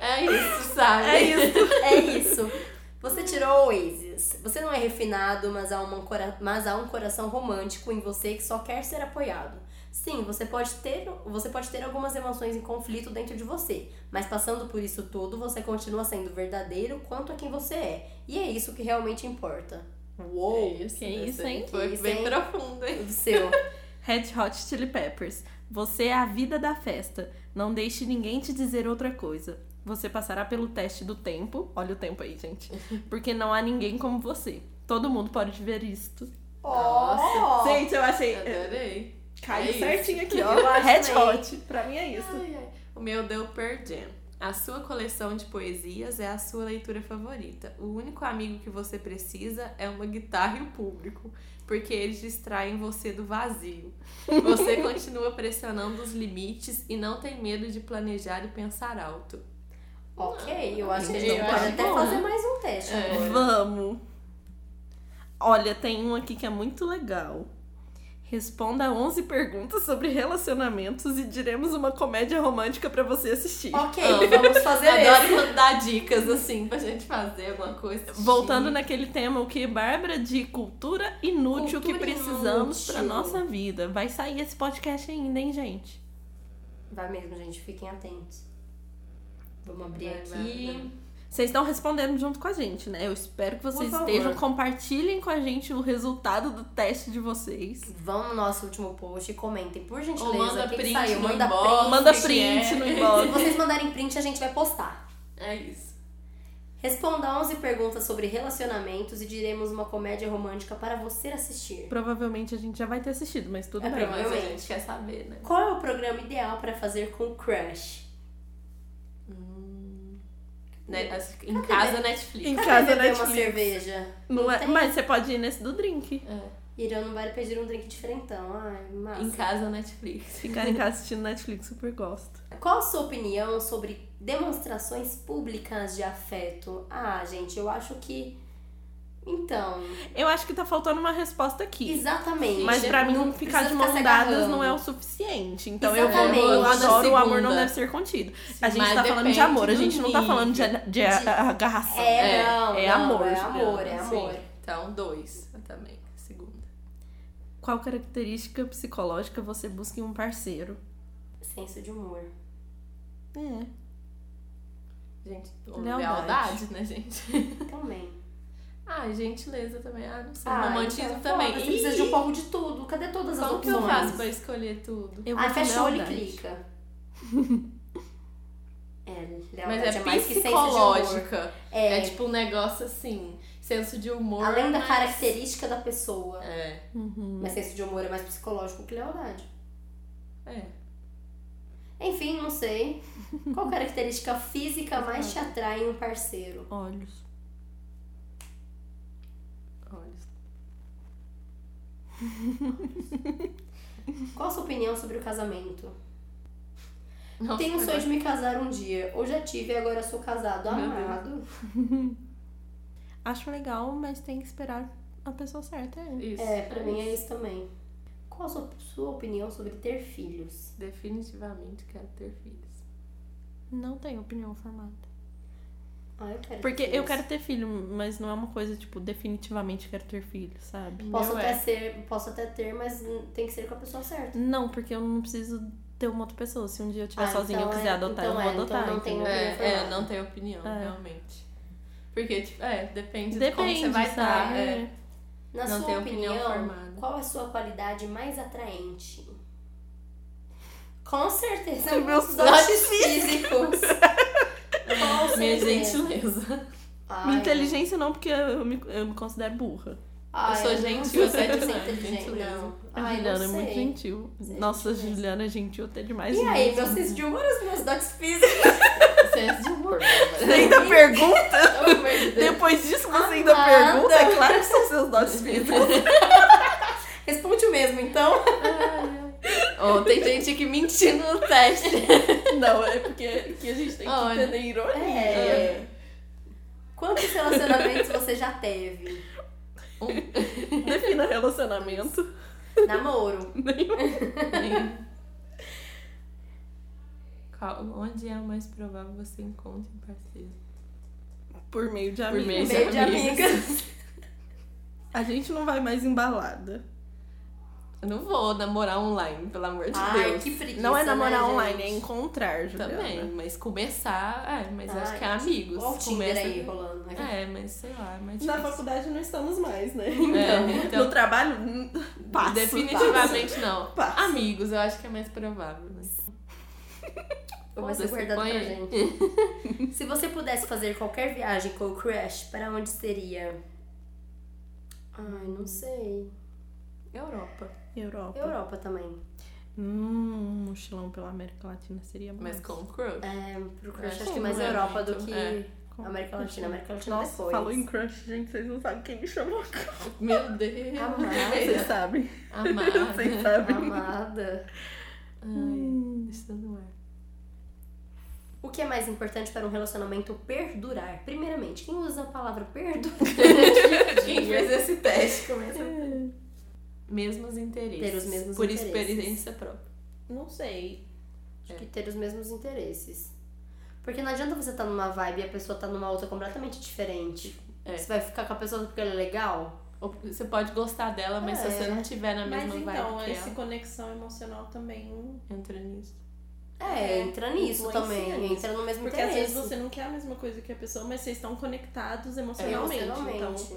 [SPEAKER 3] É isso. sabe?
[SPEAKER 1] É isso.
[SPEAKER 2] É isso. Você tirou o Oasis. Você não é refinado, mas há, uma, cora- mas há um coração romântico em você que só quer ser apoiado. Sim, você pode, ter, você pode ter algumas emoções em conflito dentro de você, mas passando por isso tudo, você continua sendo verdadeiro quanto a quem você é. E é isso que realmente importa.
[SPEAKER 3] É
[SPEAKER 2] Uou!
[SPEAKER 3] isso,
[SPEAKER 1] que isso,
[SPEAKER 3] essa aí
[SPEAKER 1] hein?
[SPEAKER 3] Foi
[SPEAKER 2] Que isso,
[SPEAKER 3] bem
[SPEAKER 2] hein?
[SPEAKER 3] profundo, hein?
[SPEAKER 2] O seu.
[SPEAKER 1] Red Hot Chili Peppers. Você é a vida da festa. Não deixe ninguém te dizer outra coisa. Você passará pelo teste do tempo. Olha o tempo aí, gente. Porque não há ninguém como você. Todo mundo pode ver isto.
[SPEAKER 2] Ó!
[SPEAKER 1] Gente, eu achei.
[SPEAKER 3] Adorei.
[SPEAKER 1] Caiu
[SPEAKER 3] É isso.
[SPEAKER 1] certinho aqui, ó.
[SPEAKER 2] Eu acho
[SPEAKER 1] Red
[SPEAKER 2] também.
[SPEAKER 1] Hot. Pra mim é isso.
[SPEAKER 3] Ai, ai. O meu deu Pearl Jam. A sua coleção de poesias é a sua leitura favorita. O único amigo que você precisa é uma guitarra e o público, porque eles distraem você do vazio. Você continua pressionando os limites e não tem medo de planejar e pensar alto.
[SPEAKER 2] Ok, eu acho que a
[SPEAKER 1] Eu
[SPEAKER 2] gente
[SPEAKER 1] acho
[SPEAKER 2] pode até
[SPEAKER 1] bom. né?
[SPEAKER 2] fazer mais um teste
[SPEAKER 3] É.
[SPEAKER 2] agora.
[SPEAKER 1] Vamos. Olha, tem um aqui que é muito legal. Responda 11 perguntas sobre relacionamentos e diremos uma comédia romântica pra você assistir.
[SPEAKER 2] Ok,
[SPEAKER 3] Amo.
[SPEAKER 2] vamos fazer esse.
[SPEAKER 3] Adoro quando dá dicas assim pra gente fazer alguma coisa.
[SPEAKER 1] Voltando
[SPEAKER 3] na.
[SPEAKER 1] naquele tema, o que Bárbara de cultura inútil que
[SPEAKER 3] Cultura
[SPEAKER 1] precisamos
[SPEAKER 2] inútil.
[SPEAKER 1] pra nossa vida. Vai sair esse podcast ainda, hein, gente?
[SPEAKER 2] Vai mesmo, gente, fiquem atentos. Vamos abrir
[SPEAKER 3] Vai,
[SPEAKER 2] aqui.
[SPEAKER 3] vai, vai.
[SPEAKER 1] Vocês estão respondendo junto com a gente, né? Eu espero que vocês
[SPEAKER 2] favor.
[SPEAKER 1] estejam. Compartilhem com a gente o resultado do teste de vocês.
[SPEAKER 2] Vão no nosso último post e comentem, por gentileza,
[SPEAKER 3] Ou manda
[SPEAKER 2] o que que
[SPEAKER 3] print
[SPEAKER 2] saiu.
[SPEAKER 3] no
[SPEAKER 2] Manda
[SPEAKER 3] inbox.
[SPEAKER 2] print.
[SPEAKER 1] Manda
[SPEAKER 3] que
[SPEAKER 1] print
[SPEAKER 3] é.
[SPEAKER 1] no
[SPEAKER 2] Se
[SPEAKER 1] inbox.
[SPEAKER 2] vocês mandarem print, a gente vai postar.
[SPEAKER 3] É isso.
[SPEAKER 2] Responda 11 perguntas sobre relacionamentos e diremos uma comédia romântica para você assistir.
[SPEAKER 1] Provavelmente a gente já vai ter assistido, mas tudo
[SPEAKER 2] É
[SPEAKER 1] bem.
[SPEAKER 2] provável.
[SPEAKER 3] Mas a
[SPEAKER 2] Realmente.
[SPEAKER 3] gente quer saber, né?
[SPEAKER 2] Qual é o programa ideal para fazer com o crush?
[SPEAKER 3] Né, as- Em casa,
[SPEAKER 1] Em
[SPEAKER 3] Netflix.
[SPEAKER 2] Cadê
[SPEAKER 1] casa,
[SPEAKER 2] beber
[SPEAKER 1] Netflix.
[SPEAKER 2] uma cerveja?
[SPEAKER 1] Não é-
[SPEAKER 2] tem?
[SPEAKER 1] mas você pode ir nesse do drink.
[SPEAKER 3] É.
[SPEAKER 2] Irã não vai pedir um drink diferentão. Ai, massa.
[SPEAKER 3] Em casa, Netflix.
[SPEAKER 1] Ficar em casa assistindo Netflix, super gosto.
[SPEAKER 2] Qual a sua opinião sobre demonstrações públicas de afeto? Ah, gente, eu acho que. Então,
[SPEAKER 1] Eu acho que tá faltando uma resposta aqui.
[SPEAKER 2] exatamente.
[SPEAKER 1] Mas pra mim,
[SPEAKER 2] Não
[SPEAKER 1] ficar
[SPEAKER 2] precisa
[SPEAKER 1] de mãos
[SPEAKER 2] se
[SPEAKER 1] dadas
[SPEAKER 2] agarrando.
[SPEAKER 1] não é o suficiente. Então eu, vou- eu
[SPEAKER 2] Exatamente.
[SPEAKER 1] adoro o amor
[SPEAKER 3] Segunda.
[SPEAKER 1] não deve ser contido. A gente
[SPEAKER 3] Mas
[SPEAKER 1] tá falando de
[SPEAKER 3] depende
[SPEAKER 1] amor, a
[SPEAKER 3] do
[SPEAKER 1] gente não tá
[SPEAKER 3] nível.
[SPEAKER 1] falando de, de, agarração.
[SPEAKER 2] É,
[SPEAKER 3] É,
[SPEAKER 2] não,
[SPEAKER 1] é
[SPEAKER 2] não,
[SPEAKER 1] amor,
[SPEAKER 2] É
[SPEAKER 1] Juliana,
[SPEAKER 2] amor, é
[SPEAKER 1] sim.
[SPEAKER 2] amor.
[SPEAKER 3] Então, dois eu também. Segunda.
[SPEAKER 1] Qual característica psicológica você busca em um parceiro?
[SPEAKER 2] Senso de humor.
[SPEAKER 1] É.
[SPEAKER 3] Gente, ou
[SPEAKER 1] Lealdade.
[SPEAKER 3] lealdade, né, gente?
[SPEAKER 2] Também.
[SPEAKER 3] Ah, gentileza também. Ah, não sei.
[SPEAKER 2] Ah,
[SPEAKER 3] Romantismo
[SPEAKER 2] então,
[SPEAKER 3] também.
[SPEAKER 2] foda-se,
[SPEAKER 3] Ih,
[SPEAKER 2] precisa de um pouco de tudo. Cadê todas as
[SPEAKER 3] Como que
[SPEAKER 2] opções?
[SPEAKER 3] eu faço pra escolher tudo?
[SPEAKER 1] Eu
[SPEAKER 2] Ah,
[SPEAKER 1] vou de
[SPEAKER 2] fecha o olho e
[SPEAKER 1] lealdade.
[SPEAKER 2] clica. é, lealdade
[SPEAKER 3] Mas
[SPEAKER 2] é
[SPEAKER 3] é
[SPEAKER 2] mais que senso de humor.
[SPEAKER 3] psicológica.
[SPEAKER 2] É,
[SPEAKER 3] É tipo um negócio assim, senso de humor.
[SPEAKER 2] além da
[SPEAKER 3] mas-
[SPEAKER 2] característica da pessoa.
[SPEAKER 3] É,
[SPEAKER 1] Uhum.
[SPEAKER 2] Mas senso de humor é mais psicológico que lealdade.
[SPEAKER 3] é.
[SPEAKER 2] Enfim, não sei. Qual característica física mais te atrai em um parceiro?
[SPEAKER 1] Olhos.
[SPEAKER 3] Olha.
[SPEAKER 2] Qual a sua opinião sobre o casamento?
[SPEAKER 3] Nossa,
[SPEAKER 2] Tenho o sonho de me casar um dia. Ou já tive e agora sou casado.
[SPEAKER 3] Meu Deus.
[SPEAKER 2] Amado.
[SPEAKER 1] Acho legal, mas tem que esperar a pessoa certa. é.
[SPEAKER 3] Isso.
[SPEAKER 2] É, pra mim é isso também. Qual a sua, sua opinião sobre ter filhos?
[SPEAKER 3] Definitivamente quero ter filhos.
[SPEAKER 1] Não tenho opinião formada.
[SPEAKER 2] Ah, eu quero
[SPEAKER 1] Porque
[SPEAKER 2] ter
[SPEAKER 1] eu
[SPEAKER 2] filhos.
[SPEAKER 1] quero ter filho, mas não é uma coisa, tipo, definitivamente quero ter filho, sabe?
[SPEAKER 2] Posso
[SPEAKER 3] Meu
[SPEAKER 2] até,
[SPEAKER 3] é.
[SPEAKER 2] ser, posso até ter, mas tem que ser com a pessoa certa.
[SPEAKER 1] Não, porque eu não preciso ter uma outra pessoa. Se um dia eu estiver
[SPEAKER 2] Ah,
[SPEAKER 1] sozinha e eu
[SPEAKER 2] então
[SPEAKER 1] quiser
[SPEAKER 2] é- então
[SPEAKER 1] adotar, eu vou
[SPEAKER 2] é, então
[SPEAKER 1] adotar.
[SPEAKER 2] não tem
[SPEAKER 1] entendeu?
[SPEAKER 2] opinião
[SPEAKER 3] É,
[SPEAKER 2] formada.
[SPEAKER 3] é, não tenho opinião,
[SPEAKER 2] Ah.
[SPEAKER 1] É.
[SPEAKER 3] realmente. Porque, tipo, é, depende, de como
[SPEAKER 1] Depende,
[SPEAKER 3] você vai estar.
[SPEAKER 1] sabe?
[SPEAKER 3] é.
[SPEAKER 2] Na
[SPEAKER 3] Não
[SPEAKER 2] sua
[SPEAKER 3] tenho opinião
[SPEAKER 2] opinião,
[SPEAKER 3] formada.
[SPEAKER 2] qual a sua qualidade mais atraente? Com certeza,
[SPEAKER 1] Meus
[SPEAKER 2] meus
[SPEAKER 1] dotes
[SPEAKER 2] dotes físicos. Com
[SPEAKER 3] Minha
[SPEAKER 2] certeza.
[SPEAKER 3] gentileza.
[SPEAKER 2] Ai,
[SPEAKER 1] Minha inteligência não, porque eu me, eu me considero burra.
[SPEAKER 2] ai,
[SPEAKER 3] Eu sou
[SPEAKER 2] não sei
[SPEAKER 3] gentil,
[SPEAKER 2] se
[SPEAKER 3] você é
[SPEAKER 2] eu sou
[SPEAKER 3] demais,
[SPEAKER 2] inteligente,
[SPEAKER 3] gentileza.
[SPEAKER 2] não.
[SPEAKER 1] A
[SPEAKER 2] Ai,
[SPEAKER 1] Juliana é
[SPEAKER 2] não
[SPEAKER 1] muito
[SPEAKER 2] sei.
[SPEAKER 1] gentil.
[SPEAKER 2] Sei
[SPEAKER 1] Nossa, a
[SPEAKER 2] demais.
[SPEAKER 1] Juliana é gentil até demais.
[SPEAKER 2] E aí,
[SPEAKER 1] mesmo.
[SPEAKER 2] meu senso de humor, os meus dotes físicos.
[SPEAKER 3] Senso de humor.
[SPEAKER 1] Você ainda pergunta?
[SPEAKER 3] Pelo amor de Deus.
[SPEAKER 1] Depois disso, você ainda
[SPEAKER 2] Amada.
[SPEAKER 1] pergunta? É claro que são seus dotes físicos.
[SPEAKER 2] Responde o mesmo, então.
[SPEAKER 3] Ó, tem gente que mentindo no teste.
[SPEAKER 1] Não, é porque aqui a gente tem que
[SPEAKER 3] Olha.
[SPEAKER 1] entender a ironia.
[SPEAKER 2] É. Quantos relacionamentos você já teve?
[SPEAKER 1] Defina relacionamento.
[SPEAKER 2] Namoro.
[SPEAKER 1] Nenhum.
[SPEAKER 3] Qual qual- onde é o mais provável você encontre um parceiro?
[SPEAKER 1] Por meio de
[SPEAKER 3] Por
[SPEAKER 1] amigos.
[SPEAKER 3] meio de
[SPEAKER 2] Meio de
[SPEAKER 3] amigas.
[SPEAKER 2] amigas.
[SPEAKER 1] A gente não vai mais em balada.
[SPEAKER 3] Eu não vou namorar online, pelo amor de
[SPEAKER 2] Ai,
[SPEAKER 3] Deus.
[SPEAKER 2] que preguiça,
[SPEAKER 1] não é namorar
[SPEAKER 2] né,
[SPEAKER 1] online, é
[SPEAKER 2] gente?
[SPEAKER 1] encontrar, Juliana.
[SPEAKER 3] Também, mas começar, é, mas
[SPEAKER 2] Ai,
[SPEAKER 3] acho que é amigos.
[SPEAKER 2] Olha o Tinder
[SPEAKER 3] Começa-
[SPEAKER 2] aí rolando. né?
[SPEAKER 3] É, mas sei lá, mas
[SPEAKER 1] Na faculdade não estamos mais, né?
[SPEAKER 3] É, então-
[SPEAKER 1] No trabalho, hum, passo,
[SPEAKER 3] definitivamente não.
[SPEAKER 1] Passo.
[SPEAKER 3] Amigos, eu acho que é mais provável. né?
[SPEAKER 2] Ou vai ser
[SPEAKER 3] Foda-se,
[SPEAKER 2] guardado
[SPEAKER 3] põe
[SPEAKER 2] pra
[SPEAKER 3] aí.
[SPEAKER 2] gente. Se você pudesse fazer qualquer viagem com o Crash, para onde seria? Ai, não sei.
[SPEAKER 3] Europa.
[SPEAKER 1] Europa.
[SPEAKER 2] Europa também.
[SPEAKER 1] Hum, mochilão pela América Latina seria bom.
[SPEAKER 3] Mas com o Crush.
[SPEAKER 2] É, pro Crash
[SPEAKER 3] Acho
[SPEAKER 2] acho
[SPEAKER 3] que
[SPEAKER 2] que mais
[SPEAKER 3] não é
[SPEAKER 2] Europa do
[SPEAKER 3] muito,
[SPEAKER 2] que
[SPEAKER 3] é.
[SPEAKER 1] Com-
[SPEAKER 2] América Latina. América Latina
[SPEAKER 1] Nossa,
[SPEAKER 2] depois.
[SPEAKER 1] falou em crush, gente, vocês não sabem quem me chamou.
[SPEAKER 2] É.
[SPEAKER 3] Meu Deus.
[SPEAKER 1] Vocês
[SPEAKER 3] é.
[SPEAKER 2] Amada.
[SPEAKER 1] sabem.
[SPEAKER 3] Amada.
[SPEAKER 1] Vocês sabem.
[SPEAKER 2] Amada.
[SPEAKER 3] Ai, é. deixa no ar.
[SPEAKER 2] O que é mais importante para um relacionamento perdurar? Primeiramente, quem usa a palavra perdurar?
[SPEAKER 3] Quem fez esse teste? Começa.
[SPEAKER 1] É,
[SPEAKER 3] Mesmos interesses.
[SPEAKER 2] Ter os mesmos
[SPEAKER 3] Por
[SPEAKER 2] interesses.
[SPEAKER 3] experiência própria.
[SPEAKER 1] Não sei.
[SPEAKER 2] Acho que ter os mesmos interesses. Porque não adianta você estar numa vibe e a pessoa tá numa outra completamente diferente.
[SPEAKER 3] É.
[SPEAKER 2] Você vai ficar com a pessoa porque ela é legal?
[SPEAKER 3] Ou Você pode gostar dela, mas
[SPEAKER 2] É.
[SPEAKER 3] se você não tiver na mesma
[SPEAKER 1] então,
[SPEAKER 3] vibe que ela,
[SPEAKER 1] conexão emocional também.
[SPEAKER 3] entra nisso.
[SPEAKER 2] É,
[SPEAKER 1] É,
[SPEAKER 2] entra nisso
[SPEAKER 1] influencia
[SPEAKER 2] também.
[SPEAKER 1] nisso.
[SPEAKER 2] Entra no mesmo interesse. É,
[SPEAKER 1] não quer a mesma coisa que a pessoa, mas vocês estão conectados então
[SPEAKER 2] Emocionalmente.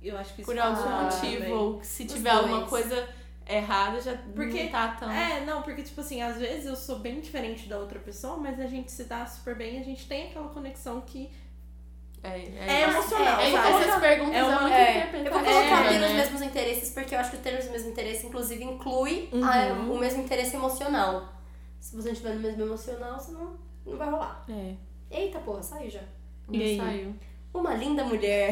[SPEAKER 1] eu acho que
[SPEAKER 3] Por algum
[SPEAKER 2] Ah,
[SPEAKER 3] motivo,
[SPEAKER 1] bem.
[SPEAKER 3] ou se
[SPEAKER 2] Os
[SPEAKER 3] tiver
[SPEAKER 2] dois.
[SPEAKER 3] alguma coisa errada, já
[SPEAKER 1] Porque
[SPEAKER 3] não tá tão...
[SPEAKER 1] É, não, porque, tipo assim, às vezes eu sou bem diferente da outra pessoa, mas a gente se dá super bem, a gente tem aquela conexão que
[SPEAKER 3] É,
[SPEAKER 1] é,
[SPEAKER 3] é,
[SPEAKER 1] emocional,
[SPEAKER 3] É,
[SPEAKER 2] eu
[SPEAKER 1] sabe?
[SPEAKER 2] vou
[SPEAKER 3] essas perguntas
[SPEAKER 1] é
[SPEAKER 3] é
[SPEAKER 1] uma-
[SPEAKER 3] muito
[SPEAKER 2] É, eu vou colocar
[SPEAKER 3] interpretativa,
[SPEAKER 2] ter os
[SPEAKER 3] né?
[SPEAKER 2] mesmos interesses, porque eu acho que ter os mesmos interesses, inclusive, inclui
[SPEAKER 1] Uhum.
[SPEAKER 2] a- o mesmo interesse emocional. Se você não tiver no mesmo emocional, você não, não vai rolar.
[SPEAKER 1] É.
[SPEAKER 2] Eita porra, saiu já.
[SPEAKER 1] E aí?
[SPEAKER 3] Não saiu.
[SPEAKER 2] Uma linda mulher.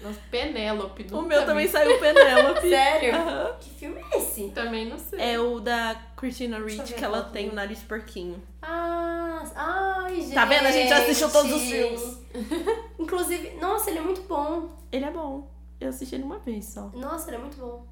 [SPEAKER 3] Nossa, Penélope.
[SPEAKER 1] O
[SPEAKER 3] nunca
[SPEAKER 1] meu
[SPEAKER 3] vi.
[SPEAKER 1] também saiu Penélope.
[SPEAKER 2] Sério?
[SPEAKER 1] Aham.
[SPEAKER 2] que filme é esse?
[SPEAKER 3] Também não sei.
[SPEAKER 1] É o da Christina
[SPEAKER 2] Deixa eu
[SPEAKER 1] Ricci,
[SPEAKER 2] ver é.
[SPEAKER 1] que ela
[SPEAKER 2] aqui.
[SPEAKER 1] tem o nariz porquinho.
[SPEAKER 2] Ah, ai, gente.
[SPEAKER 1] Tá vendo? A gente assistiu todos os filmes.
[SPEAKER 2] Inclusive, nossa, ele é muito bom.
[SPEAKER 1] Ele é bom. Eu assisti ele uma vez só.
[SPEAKER 2] Nossa, ele é muito bom.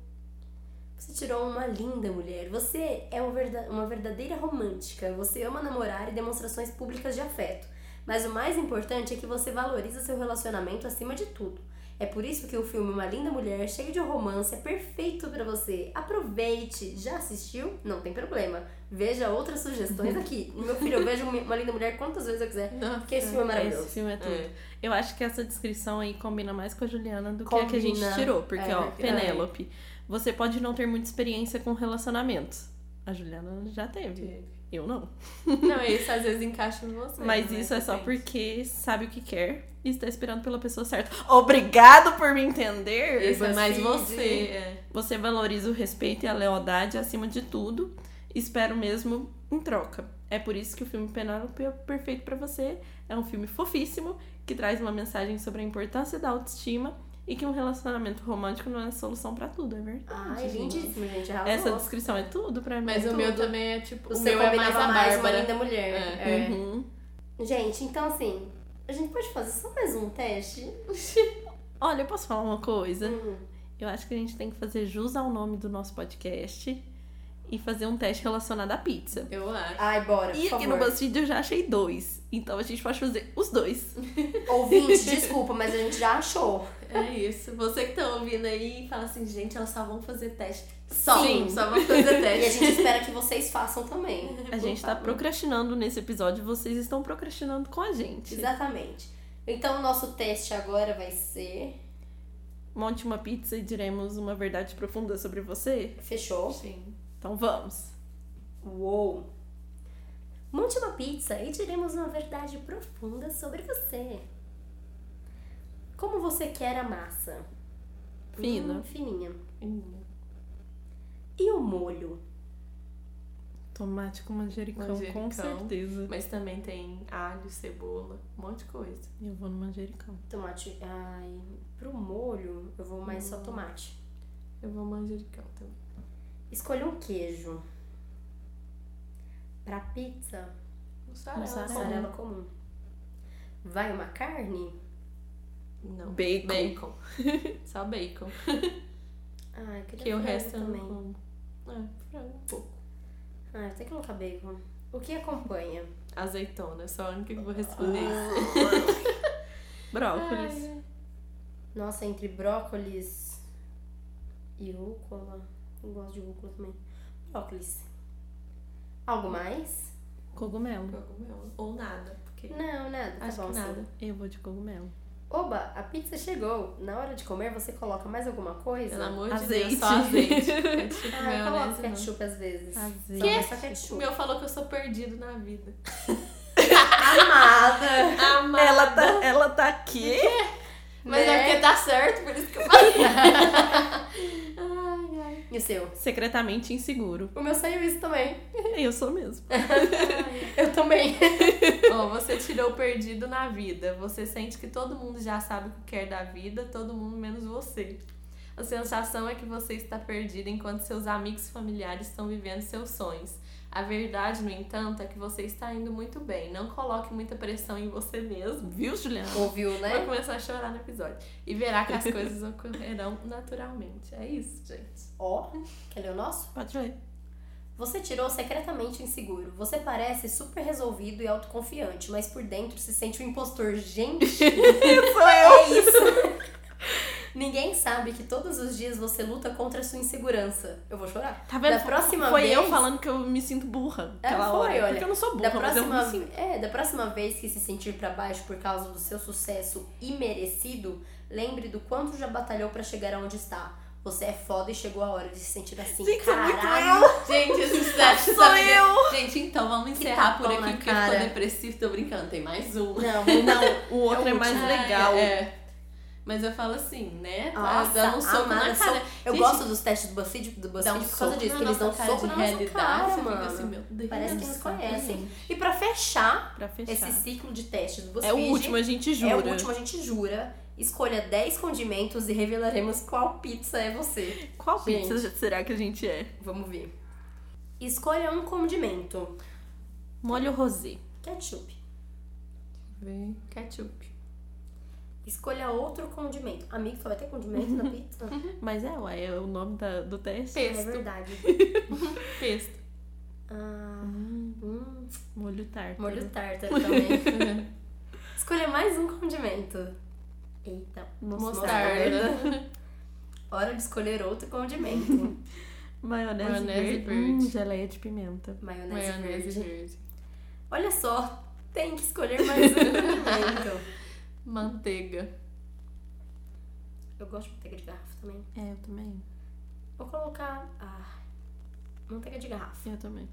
[SPEAKER 2] Você tirou uma linda mulher. Você é um verda- uma verdadeira romântica. Você ama namorar e demonstrações públicas de afeto. Mas o mais importante é que você valoriza seu relacionamento acima de tudo. É por isso que o filme Uma Linda Mulher, cheio de romance, é perfeito pra você. Aproveite! Já assistiu? Não tem problema. Veja outras sugestões aqui. Meu filho, eu vejo Uma Linda Mulher quantas vezes eu quiser.
[SPEAKER 3] Não.
[SPEAKER 2] Porque esse filme é maravilhoso.
[SPEAKER 1] Esse filme é tudo.
[SPEAKER 3] É.
[SPEAKER 1] Eu acho que essa descrição aí combina mais com a Juliana do que a que a gente
[SPEAKER 2] Combina.
[SPEAKER 1] tirou. Porque,
[SPEAKER 2] É,
[SPEAKER 1] ó,
[SPEAKER 2] verdade.
[SPEAKER 1] Penélope, você pode não ter muita experiência com relacionamentos. A Juliana já teve. Eu não.
[SPEAKER 2] É,
[SPEAKER 3] Não, isso às vezes encaixa em você.
[SPEAKER 1] Mas
[SPEAKER 3] né?
[SPEAKER 1] isso é só
[SPEAKER 3] Depende.
[SPEAKER 1] porque sabe o que quer e está esperando pela pessoa certa. Obrigado por me entender!
[SPEAKER 3] Esse é mais
[SPEAKER 2] Cid.
[SPEAKER 3] você. É.
[SPEAKER 1] Você valoriza o respeito e a lealdade acima de tudo. Espero mesmo em troca. É por isso que o filme Penélope é perfeito pra você. É um filme fofíssimo que traz uma mensagem sobre a importância da autoestima e que um relacionamento romântico não é solução pra tudo, é verdade.
[SPEAKER 2] Ai,
[SPEAKER 1] gente.
[SPEAKER 2] lindíssimo, gente. Arrasou.
[SPEAKER 1] Essa descrição é tudo pra mim.
[SPEAKER 3] Mas o
[SPEAKER 1] tudo.
[SPEAKER 3] meu também é tipo.
[SPEAKER 2] O
[SPEAKER 3] O,
[SPEAKER 2] seu
[SPEAKER 3] meu é mais a
[SPEAKER 2] combinava mais, uma
[SPEAKER 3] Bárbara.
[SPEAKER 2] linda mulher.
[SPEAKER 3] É.
[SPEAKER 2] É.
[SPEAKER 1] Uhum.
[SPEAKER 2] Gente, então assim, a gente pode fazer só mais um teste?
[SPEAKER 1] Olha, eu posso falar uma coisa?
[SPEAKER 2] Hum.
[SPEAKER 1] Eu acho que a gente tem que fazer jus ao nome do nosso podcast e fazer um teste relacionado à pizza.
[SPEAKER 3] Eu acho.
[SPEAKER 2] Ai, bora, por
[SPEAKER 1] E aqui
[SPEAKER 2] favor.
[SPEAKER 1] no BuzzFeed eu já achei dois. Então a gente pode fazer os dois.
[SPEAKER 2] Ouvinte, desculpa, mas a gente já achou.
[SPEAKER 3] É isso. Você que tá ouvindo aí e fala assim, gente, elas só vão fazer teste. Só.
[SPEAKER 2] Sim.
[SPEAKER 3] Só vão fazer
[SPEAKER 2] E a
[SPEAKER 3] teste.
[SPEAKER 2] gente espera que vocês façam também.
[SPEAKER 1] A gente tá
[SPEAKER 3] favor.
[SPEAKER 1] procrastinando nesse episódio, vocês estão procrastinando com a gente.
[SPEAKER 2] Exatamente. Então o nosso teste agora vai ser...
[SPEAKER 1] Monte uma pizza e diremos uma verdade profunda sobre você?
[SPEAKER 2] Fechou?
[SPEAKER 3] Sim.
[SPEAKER 1] Então vamos.
[SPEAKER 2] Uou! Monte uma pizza e diremos uma verdade profunda sobre você. Como você quer a massa?
[SPEAKER 1] Fina.
[SPEAKER 2] Hum, fininha.
[SPEAKER 3] Hum,
[SPEAKER 2] E o molho?
[SPEAKER 1] Tomate com manjericão, com
[SPEAKER 3] Manjericão.
[SPEAKER 1] certeza.
[SPEAKER 3] Mas também tem alho, cebola, um monte de coisa.
[SPEAKER 1] Eu vou no manjericão.
[SPEAKER 2] Tomate. Ai, pro molho eu vou mais
[SPEAKER 3] Hum.
[SPEAKER 2] só tomate.
[SPEAKER 3] Eu vou manjericão também.
[SPEAKER 2] Escolha um queijo. Pra pizza,
[SPEAKER 3] Mussarela.
[SPEAKER 1] Mussarela.
[SPEAKER 2] mussarela comum. Vai uma carne?
[SPEAKER 3] Não.
[SPEAKER 1] Bacon.
[SPEAKER 3] Bacon. Só bacon.
[SPEAKER 2] Ai, eu queria
[SPEAKER 3] Que o
[SPEAKER 2] frango
[SPEAKER 3] resto eu não
[SPEAKER 2] também.
[SPEAKER 3] como. É, frango um pouco.
[SPEAKER 2] Ah, eu tenho que colocar bacon. O que acompanha?
[SPEAKER 3] Azeitona, só a única que vou responder isso.
[SPEAKER 1] Brócolis.
[SPEAKER 2] Nossa, entre brócolis e rúcula. Eu gosto de rúcula também. Brócolis. Algo mais?
[SPEAKER 1] Cogumelo.
[SPEAKER 3] Cogumelo. Ou nada, porque
[SPEAKER 2] Não, nada. Tá
[SPEAKER 3] acho
[SPEAKER 2] bom,
[SPEAKER 3] que
[SPEAKER 2] sim.
[SPEAKER 3] nada.
[SPEAKER 1] Eu vou de cogumelo.
[SPEAKER 2] Oba, a pizza chegou. Na hora de comer, você coloca mais alguma coisa?
[SPEAKER 3] Pelo amor de
[SPEAKER 1] Azeite.
[SPEAKER 3] Deus, só azeite. Ketchup,
[SPEAKER 2] ah, eu coloco
[SPEAKER 3] maionese, não.
[SPEAKER 2] ketchup às vezes.
[SPEAKER 1] Azeite.
[SPEAKER 2] Só, mas só ketchup.
[SPEAKER 3] O meu falou que eu sou perdido na vida.
[SPEAKER 2] Amada!
[SPEAKER 3] Amada.
[SPEAKER 1] Ela tá, ela tá aqui.
[SPEAKER 2] Né?
[SPEAKER 3] Mas é porque tá certo, por isso que eu falei. ai, ai.
[SPEAKER 2] E o seu?
[SPEAKER 1] Secretamente inseguro.
[SPEAKER 2] O meu saiu isso também.
[SPEAKER 1] Eu sou mesmo.
[SPEAKER 2] Eu também.
[SPEAKER 3] Ó, você tirou o perdido na vida. Você sente que todo mundo já sabe o que quer da vida, todo mundo menos você. A sensação é que você está perdido enquanto seus amigos e familiares estão vivendo seus sonhos. A verdade, no entanto, é que você está indo muito bem. Não coloque muita pressão em você mesmo.
[SPEAKER 1] Viu, Juliana?
[SPEAKER 2] Ouviu,
[SPEAKER 3] Vai
[SPEAKER 2] né?
[SPEAKER 3] começar a chorar no episódio. E verá que as coisas ocorrerão naturalmente. É isso, gente.
[SPEAKER 2] Ó, quer ler o nosso?
[SPEAKER 1] Pode ler.
[SPEAKER 2] Você tirou secretamente o inseguro. Você parece super resolvido e autoconfiante, mas por dentro se sente um impostor. Gente, é isso. Ninguém sabe que todos os dias você luta contra a sua insegurança. Eu vou chorar.
[SPEAKER 1] Tá vendo?
[SPEAKER 2] Da próxima
[SPEAKER 1] foi
[SPEAKER 2] vez-
[SPEAKER 1] eu falando que eu me sinto burra.
[SPEAKER 2] É,
[SPEAKER 1] aquela
[SPEAKER 2] foi,
[SPEAKER 1] hora.
[SPEAKER 2] olha.
[SPEAKER 1] Porque eu não sou burra,
[SPEAKER 2] Da
[SPEAKER 1] mas eu me
[SPEAKER 2] próxima,
[SPEAKER 1] sinto.
[SPEAKER 2] é, da próxima vez que se sentir pra baixo por causa do seu sucesso imerecido, lembre do quanto já batalhou pra chegar aonde está. Você é foda e chegou a hora de se sentir assim.
[SPEAKER 1] Gente, sou muito
[SPEAKER 2] Caralho,
[SPEAKER 3] Gente, isso está
[SPEAKER 1] Sou eu.
[SPEAKER 3] Gente, então vamos
[SPEAKER 2] Que
[SPEAKER 3] encerrar por
[SPEAKER 2] tapão
[SPEAKER 3] aqui
[SPEAKER 2] na
[SPEAKER 3] porque
[SPEAKER 2] cara.
[SPEAKER 3] ficou depressivo. Tô brincando, tem mais um.
[SPEAKER 2] Não, não.
[SPEAKER 1] O outro é,
[SPEAKER 2] É o
[SPEAKER 1] mais
[SPEAKER 2] último.
[SPEAKER 1] legal.
[SPEAKER 3] É, é. Mas eu falo assim, né?
[SPEAKER 1] Tá,
[SPEAKER 2] Nossa,
[SPEAKER 3] dá um soco
[SPEAKER 2] amada,
[SPEAKER 3] na cara.
[SPEAKER 2] Eu
[SPEAKER 3] Gente,
[SPEAKER 2] gosto dos testes do BuzzFeed, do
[SPEAKER 3] dá
[SPEAKER 1] Então,
[SPEAKER 2] BuzzFeed
[SPEAKER 3] um
[SPEAKER 2] assim, por causa disso, que
[SPEAKER 3] soco na
[SPEAKER 2] eles dão
[SPEAKER 3] nossa
[SPEAKER 2] soco
[SPEAKER 3] cara
[SPEAKER 2] na
[SPEAKER 3] de
[SPEAKER 2] nossa
[SPEAKER 3] realidade.
[SPEAKER 2] cara,
[SPEAKER 3] você fica assim,
[SPEAKER 2] mano.
[SPEAKER 3] meu Deus.
[SPEAKER 2] Parece que nos conhecem.
[SPEAKER 1] exatamente.
[SPEAKER 2] E pra fechar
[SPEAKER 1] Pra fechar.
[SPEAKER 2] esse ciclo de testes do
[SPEAKER 1] É
[SPEAKER 2] BuzzFeed,
[SPEAKER 1] o último, a gente jura.
[SPEAKER 2] é o último, a gente jura. Escolha 10 condimentos e revelaremos qual pizza é você.
[SPEAKER 1] Qual
[SPEAKER 2] Gente.
[SPEAKER 1] pizza será que a gente é?
[SPEAKER 2] Vamos ver. Escolha um condimento.
[SPEAKER 1] Molho rosé.
[SPEAKER 2] Ketchup.
[SPEAKER 3] Vem, ketchup.
[SPEAKER 2] Escolha outro condimento. Amigo, só vai ter condimento na pizza?
[SPEAKER 1] Mas é, ué, é o nome da- do teste.
[SPEAKER 2] é
[SPEAKER 3] Pesto,
[SPEAKER 2] verdade.
[SPEAKER 3] pesto.
[SPEAKER 2] Ah, hum,
[SPEAKER 1] Molho tártaro.
[SPEAKER 2] molho tártaro também. Escolha mais um condimento. Eita,
[SPEAKER 1] Nossa,
[SPEAKER 2] Mostarda.
[SPEAKER 3] Mostarda.
[SPEAKER 2] Hora de escolher outro condimento.
[SPEAKER 1] Maionese,
[SPEAKER 3] Maionese
[SPEAKER 1] verde.
[SPEAKER 3] verde.
[SPEAKER 1] Hum, geleia de pimenta.
[SPEAKER 2] Maionese,
[SPEAKER 3] Maionese
[SPEAKER 2] verde.
[SPEAKER 3] verde.
[SPEAKER 2] Olha só, tem que escolher mais um condimento.
[SPEAKER 3] Manteiga.
[SPEAKER 2] Eu gosto de manteiga de garrafa também.
[SPEAKER 1] É, eu também.
[SPEAKER 2] Vou colocar ah, manteiga de garrafa.
[SPEAKER 1] Eu também.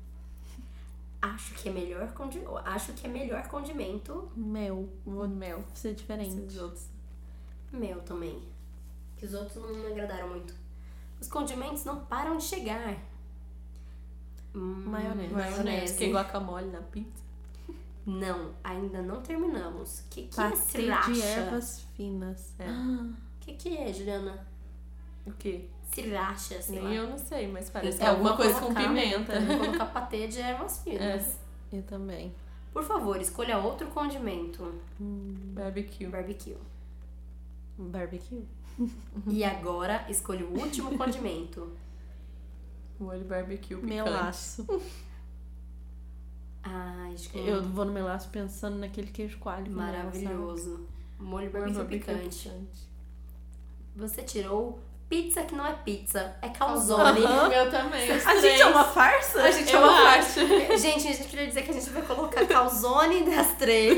[SPEAKER 2] Acho que é melhor condimento. Acho que é melhor condimento
[SPEAKER 1] Mel. Vou
[SPEAKER 3] Mel.
[SPEAKER 1] ser diferente.
[SPEAKER 3] Esses outros.
[SPEAKER 2] meu também. Que os outros não me agradaram muito. Os condimentos não param de chegar. Hum,
[SPEAKER 1] Maionese.
[SPEAKER 3] Maionese. Que é guacamole na pizza.
[SPEAKER 2] Não, ainda não terminamos. O que, que é
[SPEAKER 1] Pastê de
[SPEAKER 2] sriracha?
[SPEAKER 1] ervas finas.
[SPEAKER 3] É.
[SPEAKER 1] Ah,
[SPEAKER 2] O que, que é, Juliana?
[SPEAKER 3] O quê?
[SPEAKER 2] Sriracha, sei lá.
[SPEAKER 3] Nem eu não sei, mas parece
[SPEAKER 2] É,
[SPEAKER 3] que é alguma
[SPEAKER 2] vou
[SPEAKER 3] coisa com
[SPEAKER 2] colocar,
[SPEAKER 3] pimenta.
[SPEAKER 2] Eu Vou colocar patê de ervas
[SPEAKER 3] É.
[SPEAKER 2] finas.
[SPEAKER 1] eu também.
[SPEAKER 2] Por favor, escolha outro condimento.
[SPEAKER 3] Barbecue.
[SPEAKER 2] Barbecue.
[SPEAKER 3] Uhum.
[SPEAKER 1] Barbecue.
[SPEAKER 2] E agora, escolha o último condimento.
[SPEAKER 3] Molho barbecue picante.
[SPEAKER 1] Melaço.
[SPEAKER 2] Ai, acho que
[SPEAKER 1] Eu vou no melaço pensando naquele queijo coalho.
[SPEAKER 2] maravilhoso. Molho
[SPEAKER 3] Molho
[SPEAKER 2] barbecue, é picante.
[SPEAKER 3] picante.
[SPEAKER 2] Você tirou pizza que não é pizza, é calzone.
[SPEAKER 3] Aham. Eu também.
[SPEAKER 1] A gente é uma farsa?
[SPEAKER 2] A gente é
[SPEAKER 3] Eu
[SPEAKER 2] uma
[SPEAKER 3] acho.
[SPEAKER 2] Gente, a gente queria dizer que a gente vai colocar calzone das três.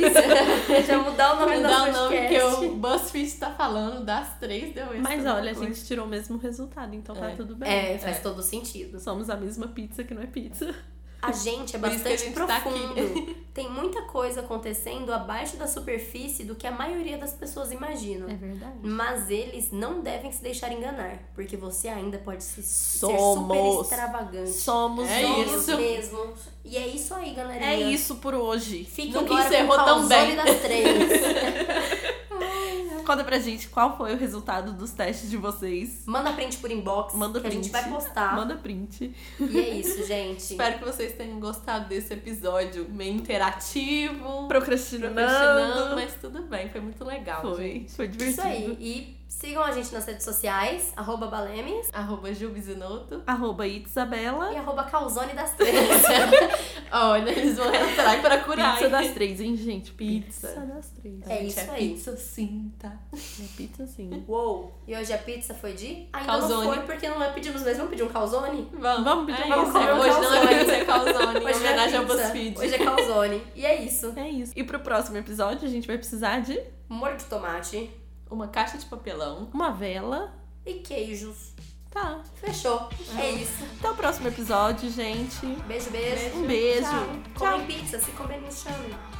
[SPEAKER 2] Já mudar o nome do
[SPEAKER 3] Mudar o
[SPEAKER 2] nosso
[SPEAKER 3] nome que
[SPEAKER 2] podcast.
[SPEAKER 3] o BuzzFeed tá falando das três deu esse.
[SPEAKER 1] Mas olha, a gente tirou o mesmo resultado, então tá
[SPEAKER 3] É.
[SPEAKER 1] tudo bem.
[SPEAKER 2] É, faz todo sentido.
[SPEAKER 1] Somos a mesma pizza que não é pizza.
[SPEAKER 2] A gente é
[SPEAKER 3] Por isso que a
[SPEAKER 2] bastante
[SPEAKER 3] gente tá aqui.
[SPEAKER 2] profundo. Tem muita coisa acontecendo abaixo da superfície do que a maioria das pessoas
[SPEAKER 3] É
[SPEAKER 2] imaginam.
[SPEAKER 1] É verdade.
[SPEAKER 2] Mas eles não devem se deixar enganar, porque você ainda pode se ser super
[SPEAKER 1] Somos.
[SPEAKER 2] extravagante.
[SPEAKER 1] Somos
[SPEAKER 3] É
[SPEAKER 1] nós.
[SPEAKER 2] Somos
[SPEAKER 3] isso.
[SPEAKER 2] mesmo. E é isso aí, galerinha.
[SPEAKER 1] É isso por hoje.
[SPEAKER 2] Fique
[SPEAKER 3] Nunca
[SPEAKER 2] agora
[SPEAKER 3] encerrou
[SPEAKER 2] com o
[SPEAKER 3] tão
[SPEAKER 2] calzone
[SPEAKER 3] bem.
[SPEAKER 2] das três.
[SPEAKER 1] Conta pra gente qual foi o resultado dos testes de vocês.
[SPEAKER 2] Manda print por inbox,
[SPEAKER 1] Manda
[SPEAKER 2] que a gente
[SPEAKER 1] print.
[SPEAKER 2] vai postar.
[SPEAKER 1] Manda print.
[SPEAKER 2] E é isso, gente.
[SPEAKER 3] Espero que vocês tenham gostado desse episódio meio interativo,
[SPEAKER 1] Procrastinando.
[SPEAKER 3] procrastinando, mas tudo bem, foi muito legal,
[SPEAKER 1] Foi,
[SPEAKER 3] gente.
[SPEAKER 1] foi
[SPEAKER 2] É Isso
[SPEAKER 1] divertido.
[SPEAKER 2] aí. E Sigam a gente nas redes sociais, arroba Balemes
[SPEAKER 3] Arroba Jubizinoto.
[SPEAKER 1] Arroba Itzabela.
[SPEAKER 2] e arroba Calzone das Três.
[SPEAKER 3] Olha, eles vão entrar pra curar.
[SPEAKER 1] Pizza
[SPEAKER 3] hein?
[SPEAKER 1] das três, hein, gente?
[SPEAKER 3] Pizza.
[SPEAKER 1] das três.
[SPEAKER 2] É
[SPEAKER 3] Gente,
[SPEAKER 2] isso
[SPEAKER 3] é
[SPEAKER 2] aí.
[SPEAKER 3] Pizza sim, tá?
[SPEAKER 1] É pizza sim.
[SPEAKER 2] Uou! E hoje a pizza foi de? Ainda
[SPEAKER 3] Calzone.
[SPEAKER 2] não foi porque não é pedimos, mas vamos pedir um calzone?
[SPEAKER 3] Vamos,
[SPEAKER 1] Vamos pedir
[SPEAKER 3] é
[SPEAKER 1] pra
[SPEAKER 3] isso.
[SPEAKER 1] comer um
[SPEAKER 3] Hoje não é
[SPEAKER 2] calzone.
[SPEAKER 3] mais ser calzone, em
[SPEAKER 2] Hoje não é
[SPEAKER 3] homenagem ao
[SPEAKER 2] pizza,
[SPEAKER 3] BuzzFeed.
[SPEAKER 2] Hoje é calzone. E é isso.
[SPEAKER 1] É isso. E pro próximo episódio a gente vai precisar de
[SPEAKER 2] Molho de tomate
[SPEAKER 3] Uma caixa de papelão.
[SPEAKER 1] uma vela.
[SPEAKER 2] e queijos.
[SPEAKER 1] Tá.
[SPEAKER 2] Fechou. É
[SPEAKER 3] Uhum.
[SPEAKER 2] isso.
[SPEAKER 1] Até o próximo episódio, gente.
[SPEAKER 2] Beijo, beijo.
[SPEAKER 1] Um beijo.
[SPEAKER 2] Tchau.
[SPEAKER 1] Tchau.
[SPEAKER 2] Comem pizza, se comer, me chamem.